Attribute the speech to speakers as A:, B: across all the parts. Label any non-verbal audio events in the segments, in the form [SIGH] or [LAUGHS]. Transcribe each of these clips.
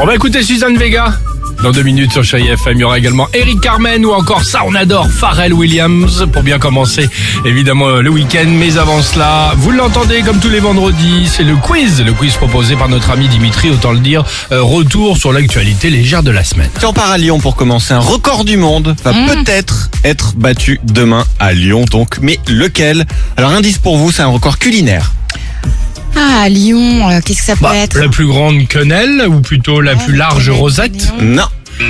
A: On va écouter Suzanne Vega. Dans deux minutes sur Chérie FM, il y aura également Eric Carmen ou encore ça, on adore Pharrell Williams pour bien commencer évidemment euh, le week-end. Mais avant cela, vous l'entendez comme tous les vendredis, c'est le quiz, le quiz proposé par notre ami Dimitri, autant le dire. Euh, retour sur l'actualité légère de la semaine.
B: Tiens, on part à Lyon pour commencer. Un record du monde va
C: Mmh.
B: peut-être être battu demain à Lyon, donc. Mais lequel Alors, indice pour vous, c'est un record culinaire.
C: Ah, à Lyon, euh, qu'est-ce que ça peut
A: Bah,
C: être
A: la plus grande quenelle ou plutôt la
C: Ouais,
A: plus large
C: quenelle,
A: rosette
C: quenelle.
B: Non. Mm.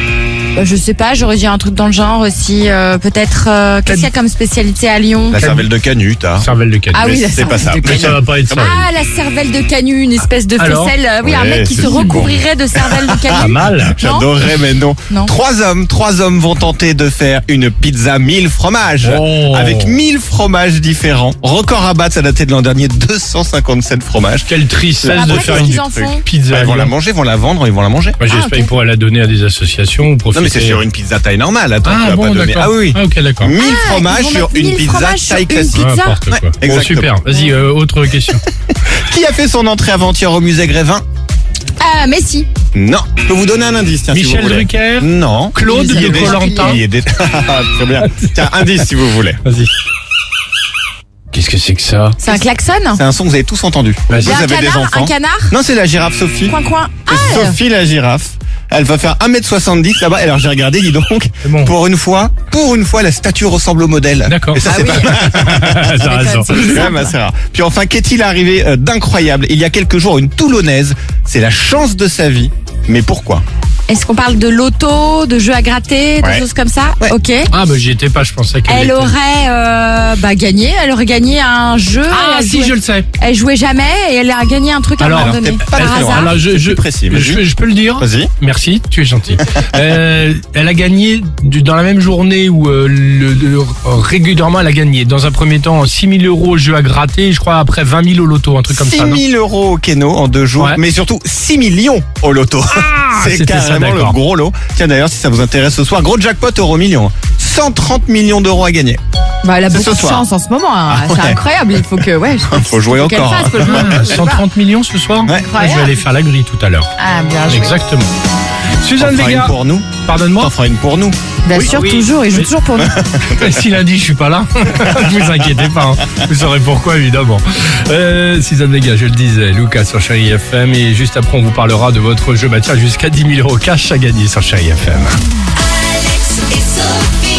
C: Bah, Je sais pas, j'aurais dit un truc dans le genre aussi. euh, Peut-être, euh, qu'est-ce qu'il y a comme spécialité à Lyon
B: La cervelle de canut, hein.
A: Cervelle de quenelle.
C: Ah oui,
B: Mais
C: la
B: c'est pas ça. bah
C: cervelle de
B: [LAUGHS]
A: Mais ça va pas être ça.
C: Ah, la cervelle de canu, une espèce de
A: Alors
C: faisselle. euh, oui, un
B: Ouais,
C: mec qui
B: c'est
C: se
B: bon. Ah,
C: recouvrirait de cervelle de
A: Pas
C: canu.
A: mal.
B: J'adorerais, mais non.
C: Non.
B: Trois hommes, trois hommes vont tenter de faire une pizza 1000 fromages.
A: Oh.
B: Avec 1000 fromages différents. Record à battre, ça datait de l'an dernier, 257 fromages.
A: Quelle tristesse de
C: Bah, Après,
A: faire
C: qu'est-ce
A: une
C: qu'ils en font
A: pizza.
B: Bah,
A: à
B: ils vont la
A: Lyon.
B: manger, ils vont la vendre, ils vont la manger.
A: Moi, J'espère
C: Ah, ok.
A: qu'ils pourront la donner à des associations ou profiter.
B: Non, mais c'est sur une pizza taille normale, attends, tu
A: Ah
B: vas
A: bon,
B: pas donner.
A: d'accord.
B: Ah oui, oui.
A: ok, d'accord.
B: 1000
C: Ah, ils
B: fromages
C: vont
B: sur
C: mettre
B: une
C: 1000
B: pizza
C: fromages sur
B: taille
C: une
B: classique.
C: pizza.
A: N'importe
B: Ouais,
A: quoi. bon,
B: exactement.
A: super. Vas-y, euh, autre question.
B: Qui a fait son entrée avant-hier au musée Grévin
C: Ah, mais si.
B: Non. Je peux vous donner un indice, tiens, si
A: Michel
B: vous voulez.
A: Drucker
B: Non.
A: Claude
B: Il y a
A: de
B: des-
A: Koh-Lanta
B: Il y a des- [LAUGHS] Ah, Très bien. Tiens, indice si vous voulez.
A: Vas-y. Qu'est-ce que c'est que ça
C: C'est un klaxon
B: C'est un son que vous avez tous entendu.
A: Vas-y.
B: Bah, Vous
C: Il y a un
B: avez des
C: canard,
B: enfants.
C: Un canard
B: Non, c'est la girafe Sophie.
C: Coin, coin. Ah,
B: C'est Sophie la girafe. Elle va faire 1m70 là-bas. Alors j'ai regardé, dis donc,
A: C'est bon.
B: pour une fois, pour une fois, la statue ressemble au modèle.
A: D'accord.
B: Et ça, c'est
C: oui.
B: pas-
A: T'as Ah, raison.
B: Ah [LAUGHS] c'est quand même assez rare. Puis enfin, qu'est-il arrivé euh, d'incroyable Il y a quelques jours, une Toulonnaise, c'est la chance de sa vie. Mais pourquoi
C: Est-ce qu'on parle de loto, de jeux à gratter,
B: Ouais.
C: de choses comme ça
B: Ouais.
C: Ok.
A: Ah, mais j'y étais pas, je pensais qu'elle
C: Elle
A: était.
C: aurait euh, bah, gagné, elle aurait gagné un jeu.
A: Ah,
C: elle,
A: si,
C: jouait,
A: je le sais.
C: elle jouait jamais et elle a gagné un truc à
A: Alors,
C: un moment
B: alors,
C: donné.
B: t'es pas
C: Par
B: très loin.
C: hasard.
A: Alors, je, je,
B: plus précis, vas-y.
A: je- je peux le dire.
B: Vas-y.
A: Merci, tu es gentil. Euh, elle a gagné du- dans la même journée où euh, le, le- régulièrement elle a gagné. Dans un premier temps, 6 000 euros au jeu à gratter, je crois après 20 000 au loto, un truc comme
B: 6
A: ça.
B: 000
A: non
B: euros au Keno en deux jours,
A: Ouais. Ah,
B: mais surtout 6 millions au loto. [LAUGHS] c'est
A: c'était ça,
B: carrément le
A: d'accord.
B: gros lot. Tiens d'ailleurs, si ça vous intéresse ce soir, gros jackpot euro million. 130 millions d'euros à gagner.
C: Bah, elle a
B: C'est
C: beaucoup
B: ce
C: de
B: soir.
C: chance en ce moment. hein.
B: Ah ouais. Ah,
C: C'est incroyable. Il faut que. Ouais,
B: Faut jouer
C: qu'elle
B: encore. hein.
C: fasse, faut le jouer.
A: [LAUGHS] Ah, 130 millions ce soir
B: Hmm.
A: Ah,
B: Ouais.
A: Je vais aller faire la grille tout à l'heure.
C: Ah, bien joué.
A: Exactement.
B: T'en
A: Suzanne
B: feras une
A: Vega,
B: pour nous. T'en [LAUGHS]
A: pardonne-moi.
B: feras une pour nous.
C: Bien
A: Oui,
C: sûr,
A: oui.
C: Bah, toujours. Il joue
A: Oui.
C: toujours pour nous.
A: si lundi je suis pas là, [LAUGHS] ne vous inquiétez pas. hein. Vous saurez pourquoi évidemment. Euh, Suzanne Vega, je le disais, Lucas sur Chéri FM et juste après on vous parlera de votre jeu. Bah tiens, jusqu'à 10 000 euros cash à gagner sur Chéri FM.
D: Alex et Sophie.